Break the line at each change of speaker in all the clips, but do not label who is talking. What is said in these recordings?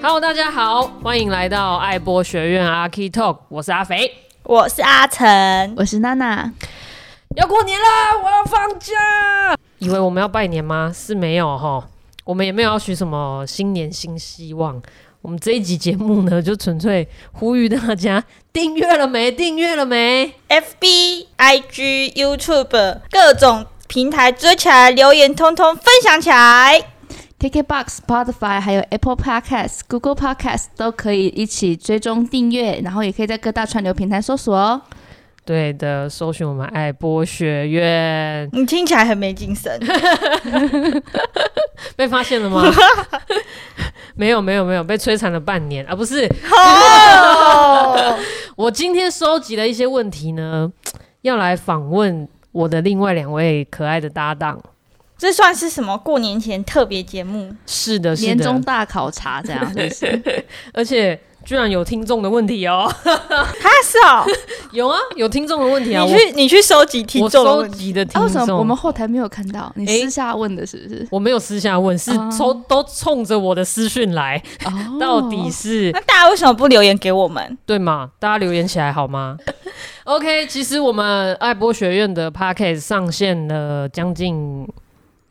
Hello，大家好，欢迎来到爱播学院阿 Key Talk，我是阿肥。
我是阿成，
我是娜娜，
要过年啦，我要放假。以为我们要拜年吗？是没有哈，我们也没有要许什么新年新希望。我们这一集节目呢，就纯粹呼吁大家订阅了没？订阅了没？
FB、IG、YouTube 各种平台追起来，留言通通分享起来。
KKBox、Spotify 还有 Apple Podcast、Google Podcast 都可以一起追踪订阅，然后也可以在各大串流平台搜索哦。
对的，搜寻我们爱播学院，
你听起来很没精 神，
被发现了 吗？没有，没有，没有，被摧残了半年啊！不是，
哦，
我今天收集了一些问题呢，要来访问我的另外两位可爱的搭档。
这算是什么过年前特别节目？
是的，是
年终
的，
大考察这样，是不 是
而且居然有听众的问题哦，
哈是哦，
有啊，有听众的问题啊，
你
我
去你去收集听
我
众的
收
问题，
集的
啊？
听
为什么
众，
我们后台没有看到？你
诶
私下问的是不是？
我没有私下问，是
哦
抽、都冲着我的私讯来，
哦
到底 是、
那大家为什么不留言给我们？
对嘛？大家留言起来好 吗？OK，其实我们爱播学院的 p a c k a g e 上线了将近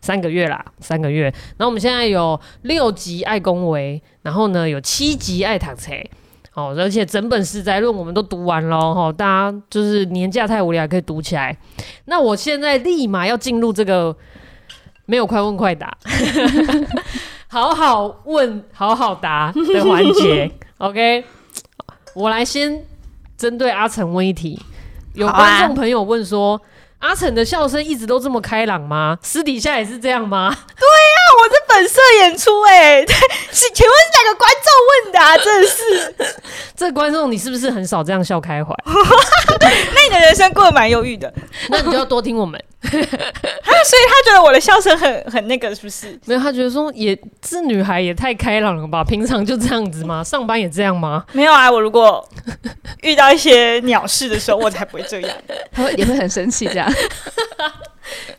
三个月啦，三个月。然后我们现在有六集爱恭维，然后呢有七集爱躺车。哦，而且整本十载论我们都读完喽，哈、大家就是年假太无聊，可以读起来。那我现在立马要进入这个没有快问快答， 好好问好好答的环节。OK，我来先针对阿成问一题，有
好啊
观众朋友问说。阿成的笑声一直都这么开朗吗？私底下也是这样吗？
那我是本色演出哎、是 请问是哪个观众问的、啊？真的是，
这观众你是不是很少这样笑开怀？
那你的人生过得蛮忧 郁的，
那你就要多听我们。
他所以他觉得我的笑声很很那个，是不是？
没有，他觉得说也这女孩也太开朗了吧，平常就这样子 吗？上班也这样吗？
没有啊，我如果遇到一些鸟事的时候，我才不会这样。
他会也会很生气这样。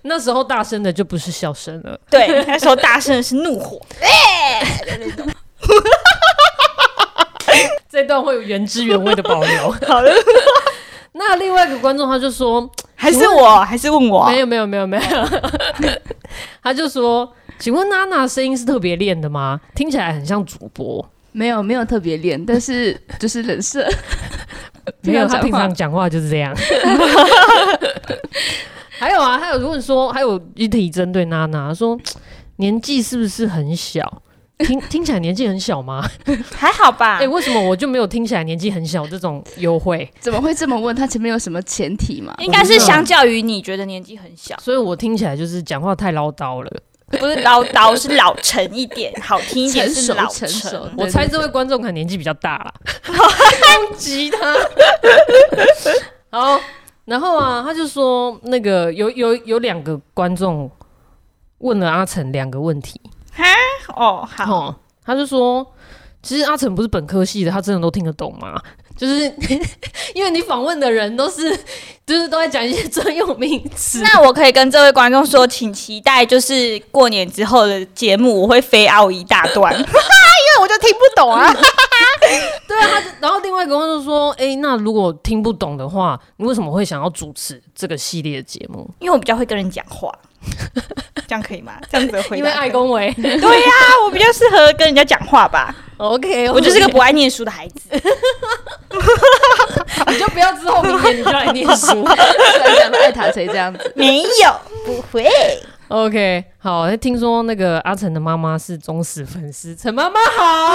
那时候大声的就不是笑声了。
对，那时候大声的是怒火。
这段会有原汁原味的保 留。
好了，
那另外一个观众他就说，
还是我，还是问我啊
没。有没有没有 没有，他就说，请问娜娜声音是特别练的吗？听起来很像主播。
没有没有特别练，但是就是人设。
没有，他
讲
平
话
常讲话就是这样。 还有啊，还有问说，还有一题针对娜娜说，年纪是不是很小？听 听起来年纪很小吗？
还好吧
哎、。为什么我就没有听起来年纪很小这种优惠？
怎么会这么问？他前面有什么前提吗？
应该是相较于你觉得年纪很小，
所以我听起来就是讲话太唠叨了。
不是唠叨，是老成一点，好听一点
成
是
熟
老
成熟
成。
我猜这位观众可能年纪比较大啦，攻击他。好，然后啊，他就说那个有有有两个观众问了阿成两个问题，
哦，好，
哦，他就说，其实阿成不是本科系的，他真的都听得懂吗？就是 因为你访问的人都是，就是都在讲一些专用名 词。
那我可以跟这位观众说，请期待就是过年之后的节目，我会飞奥一大段，因为我就听不懂 啊。
对啊，他就然后另外一个观众说，哎、那如果听不懂的话，你为什么会想要主持这个系列的节 目？
因为我比较会跟人讲话，这样可以吗？这样子的回答可以
因
吗，
为爱恭维
对呀、我比较适合跟人家讲话吧，
，OK，
我就是个不爱念书的孩 子。
你就不要之后明年 你就来念书。
然讲到爱塔谁这样 子，
没有，不会。
OK，好，听说那个阿成的妈妈是忠实粉丝，陈妈妈好，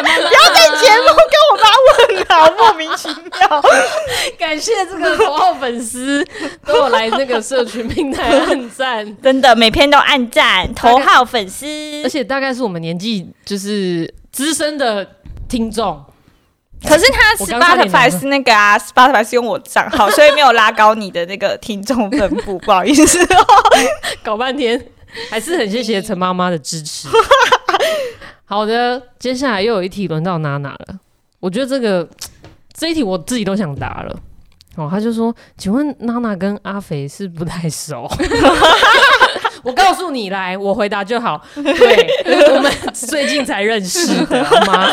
不要在节目跟我妈问了，啊莫名其妙。
感谢这个头号粉丝 都有来那个社群平台按赞，
真的，每篇都暗赞，头号粉丝。
而且大概是我们年纪就是资深的听众，
可是他
我刚差点
Spotify 是那个啊，Spotify 是用我账号，所以没有拉高你的那个听众分布，不好意 思哦。
搞半天还是很谢谢陈妈妈的支 持。好的，接下来又有一题轮到娜娜了，我觉得这个这一题我自己都想答了。 哦，他就说，请问娜娜跟阿肥是不太熟，我告诉你来，我回答就好。 对，我们最近才认识的好吗？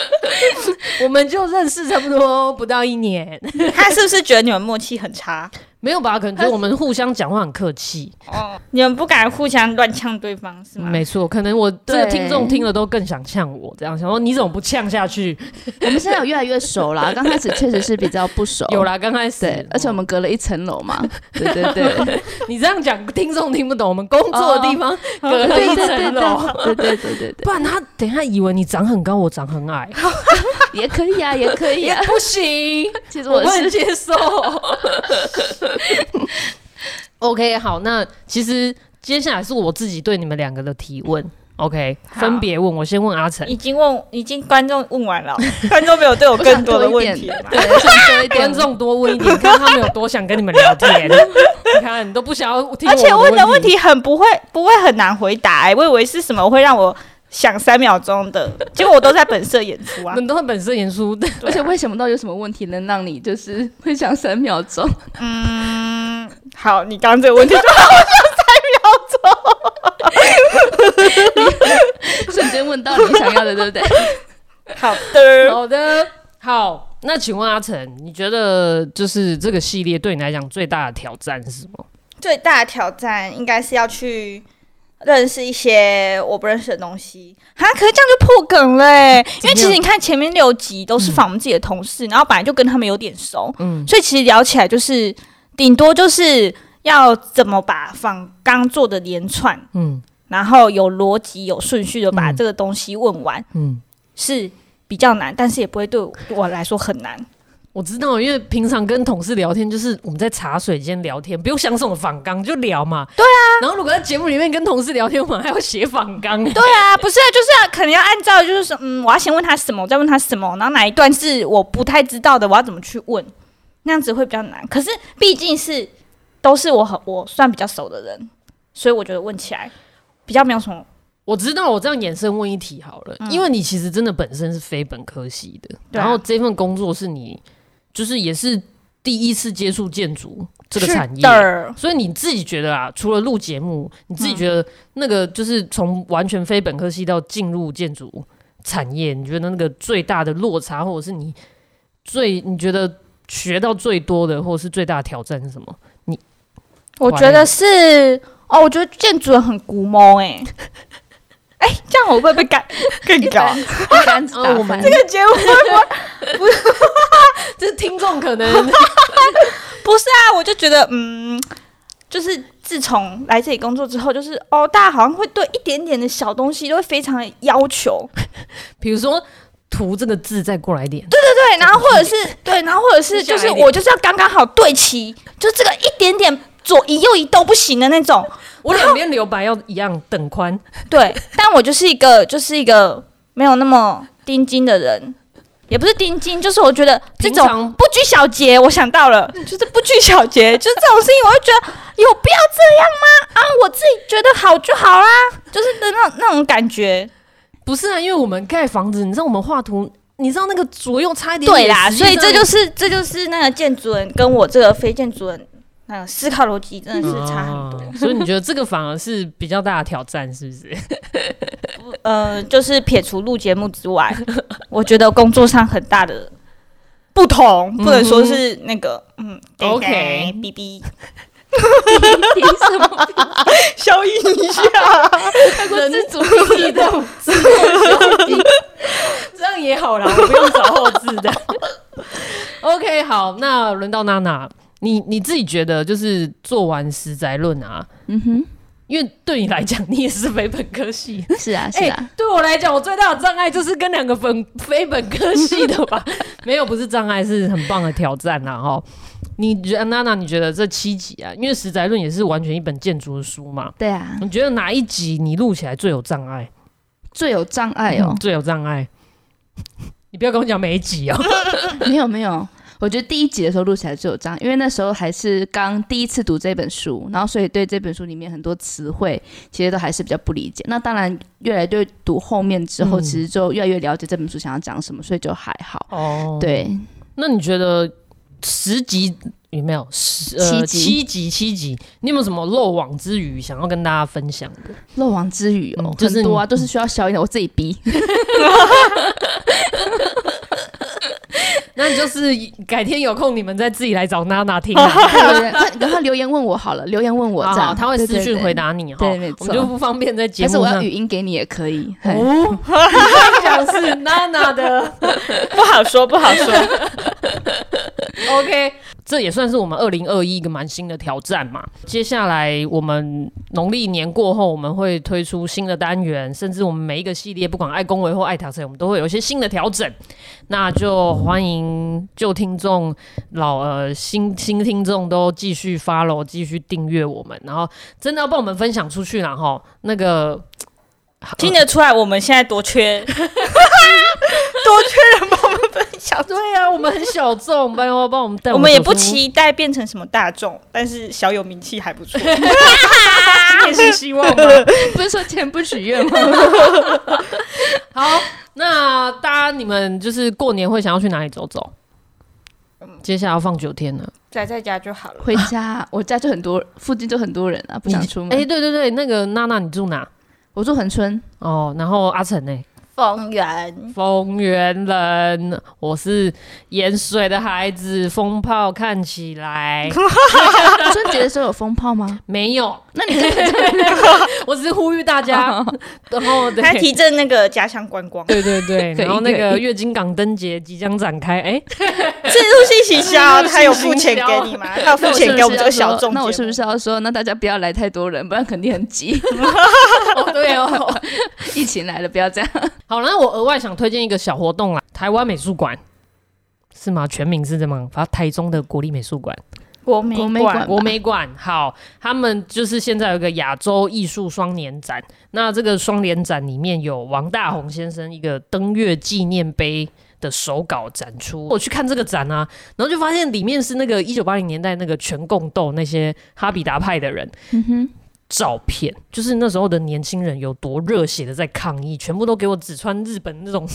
我们就认识差不多不到一年，
他是不是觉得你们默契很差？
没有吧？可能觉得我们互相讲话很客气。
哦，你们不敢互相乱呛对方是吗？
没错，可能我这个
对
听众听了都更想呛我，这样想说你怎么不呛下去？
我们现在有越来越熟啦，刚开始确实是比较不熟，
有，啦，刚开始
哦对，，而且我们隔了一层楼嘛，对对对，
你这样讲听众听不懂，我们工作的地方
哦
隔了一
对对对
层楼。
对对对对对，
不然他等一下以为你长很高，我长很矮，
也可以啊，也可以啊，
不行，
其实
我
我
不能
是
接受。OK，好，那其实接下来是我自己对你们两个的提问。OK，
好
分别问，我先问阿成
已，经问，已经观众问完了， 观众没有对我更多的问题
我
吗
想多一点？对，想多一点
观众多问一点，看他们有多想跟你们聊 天。你看，你都不想要听
而
我
且问的
的
问，题很不会，不会很难回答、欸。我以为是什么会让我想三秒钟的，结果我都在本色演出 啊
你。们都很本色严肃。
哎
而且我也想不到有什么问题能让你就是会想三秒钟，
嗯， 好，你刚刚这个问题就让我想三秒钟。
瞬间问到你想要的，对不对？
好的，
好的，好，那请问阿成，你觉得就是这个系列对你来讲最大的挑战是什么？
最大的挑战应该是要去。认识一些我不认识的东西哈，可是这样就破梗了欸、因为其实你看前面六集都是访我们自己的同事，然后本来就跟他们有点熟，
嗯，
所以其实聊起来就是顶多就是要怎么把仿刚做的连串
嗯
然后有逻辑、有顺序的把
嗯
这个东西问完、
嗯，
是比较难，但是也不会对我对我来说很难。
我知道，因为平常跟同事聊天，就是我们在茶水间聊天，不用想什么仿纲就聊嘛。对啊。然后如果在节目里面跟同事聊天，我们还要写仿纲。
对啊，不是啊，就是要可能要按照就是说嗯，我要先问他什么，我再问他什么，然后哪一段是我不太知道的，我要怎么去问，那样子会比较难。可是毕竟是都是我很我算比较熟的人，所以我觉得问起来比较没有什么。
我知道，我这样衍生问一题好了，因为你其实真的本身是非本科系的，
嗯对啊
然后这份工作是你就是也是第一次接触建筑这个产业，
的，
所以你自己觉得啊，除了录节目，你自己觉
嗯
得那个就是从完全非本科系到进入建筑产业，你觉得那个最大的落差，或者是你最你觉得学到最多的，或者是最大的挑战是什么？
我觉得是哦，我觉得建筑人很古猫哎、欸。 哎、这样我会不会被干 更
一
高
般？一般打
哦我们
翻
这
这个 节目
这听众可能
不是啊，我就觉得，嗯，就是自从来这里工作之后，就是哦，大家好像会对一点点的小东西都会非常的要求，
比如说“图”这个字再过来一点，
对，然后或者是对，然后或者是
下
就
来
是
一点
我就是要刚刚好对齐，就这个一点点左移右移都不行的那种，
我两边留白要一样等宽。
对，但我就是一个就是一个没有那么钉钉的人。也不是钉钉，就是我觉得这
平常
种不拘小节，我想到了，就是不拘小节， 就是这种事情，我会觉得有必要这样吗？啊，我自己觉得好就好啦，就是的那种那种感觉。
不是啊，因为我们盖房子，你知道我们画图，你知道那个左右差一点
对
点
啦，
实际
所以这
上
就是这就是那个建筑人跟我这个非建筑人，那个思考逻辑真的是差很
哦
多。
所以你觉得这个反而是比较大的挑战，是不是？
呃，就是撇除录节目之外， 我觉得工作上很大的不同，不能说是那个，嗯
嗯 OK
哔哔，
凭什么
消音一下。
人主义的自动消 这样也好啦，我不用找后置的。OK，好，那轮到娜娜，你你自己觉得就是做完实宅论啊，
嗯哼，
因为对你来讲，你也是非本科系。
是啊是啊，
哎对我来讲，我最大的障碍就是跟两个本非本科系的吧， 没有不是障碍，是很棒的挑战啦。哈。你觉得娜娜，你觉得这七集啊，因为《实宅论》也是完全一本建筑的书嘛，
对啊，
你觉得哪一集你录起来最有障碍？
最有障碍哦
嗯，最有障碍。你不要跟我讲每一集 哦。
没有没有，我觉得第一集的时候录起来最有章，因为那时候还是刚第一次读这本书，然后所以对这本书里面很多词汇其实都还是比较不理解。那当然，越来越读后面之后，
嗯
其实就越来越了解这本书想要讲什么，所以就还好。
哦，
对，
那你觉得十集？有没有十呃
七集
七集七集？你有没有什么漏网之鱼想要跟大家分享的？
漏网之鱼哦，
嗯就是
很多啊，
你
都是需要消音的，我自己 逼。
那就是改天有空你们再自己来找娜娜听啊。
然后留言问我好了，留言问我
好
这
好
样，
他会
对
私讯回，答你哈。
对对对没
我们就
错
不方便在
对对
节
还是
目
我要
上
语。音给你也可以。嘿
哦，你讲是娜娜的。
不好说，不好说。
OK，这也算是我们二零二一一个蛮新的挑战嘛。接下来我们农历年过后，我们会推出新的单元，甚至我们每一个系列，不管爱恭维或爱挑战，我们都会有一些新的调整。那就欢迎旧听众、老呃新新听众都继续 follow、继续订阅我们，然后真的要帮我们分享出去啦哈。那个
听得出来，我们现在多缺， 多缺人帮我们分享。
对啊，我们很小众，拜托帮我们带
我们也不
走出
期待变成什么大众，但是小有名气还 不错。
你也是希望吗？
不是说前不许愿吗？
好，那大家你们就是过年会想要去哪里走走？
嗯
接下来要放九天了，
宅在家就好了。
回家，我家就很多，附近就很多人啊，不想出
哎、
门。
对对对，那个娜娜你住哪？
我住恒春，
哦，然后阿成呢、
丰
嗯
原，
丰原人，我是盐水的孩子，风炮看起 来
春节的时候有风炮吗？
没有，
那你跟
我只是呼吁大 家，然后对
他提振那个家乡观光，
对对对，
可以
然后那
可
个
以
月经港灯节即将展开，哎、
自助性行销，
自助性行销
他有付钱给你吗？他有付钱给我们这个小众节目，
那我是不是要说，那大家不要来太多人，不然肯定很 挤。
哦对哦，
疫情来了，不要这样。
好，那我额外想推荐一个小活动啦，台湾美术馆是吗？全名是这吗？反正台中的国立美术馆、
国
国
美
美
馆
馆吧
国美馆，好，他们就是现在有一个亚洲艺术双年展，那这个双年展里面有王大闳先生一个登月纪念碑。的手稿展出，我去看这个展啊，然后就发现里面是那个一九八零年代那个全共斗那些哈比达派的人，
嗯
照片，就是那时候的年轻人有多热血的在抗议，全部都给我只穿日本那种，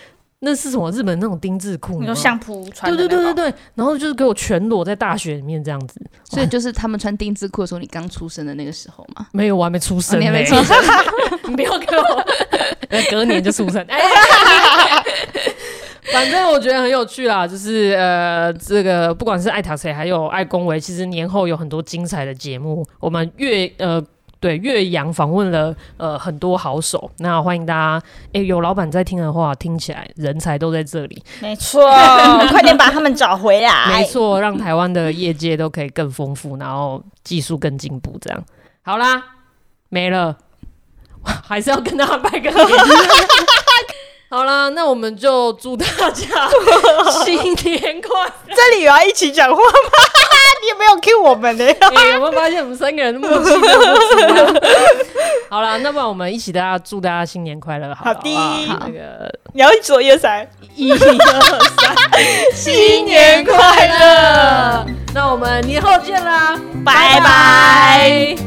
那是什么日本那种丁字裤
你
吗
说相扑穿
对
的
对对
那
对
种
对，然后就是给我全裸在大学里面这样子，
所以就是他们穿丁字裤的时候，你刚出生的那个时候嘛。
没有，我还没出生、
哦
呢，
你还没出
你不要给我，呃 隔年就出 生。哎， 反正我觉得很有趣啦，就是呃，这个不管是爱塔谁，还有爱恭维，其实年后有很多精彩的节目，我们岳呃。对岳阳访问了呃很多好手，那欢迎大家，哎有老板在听的话，听起来人才都在这里，
没错， 快点把他们找回来。
没错，让台湾的业界都可以更丰富，然后技术更进步，这样好啦，没了， 哇还是要跟大家拜个年。 好啦，那我们就祝大 家新年快乐！
这里有要一起讲话吗？ 你也没有 Q 我们呢、
哎、有没有发现我们三个人的默契都不足？好啦，那不然我们一起大家祝大家新年快乐，好了
好的
好不好
好
那个
你要左一二三，
一二三，
新年快乐，
那我们年后见啦，
拜拜。
拜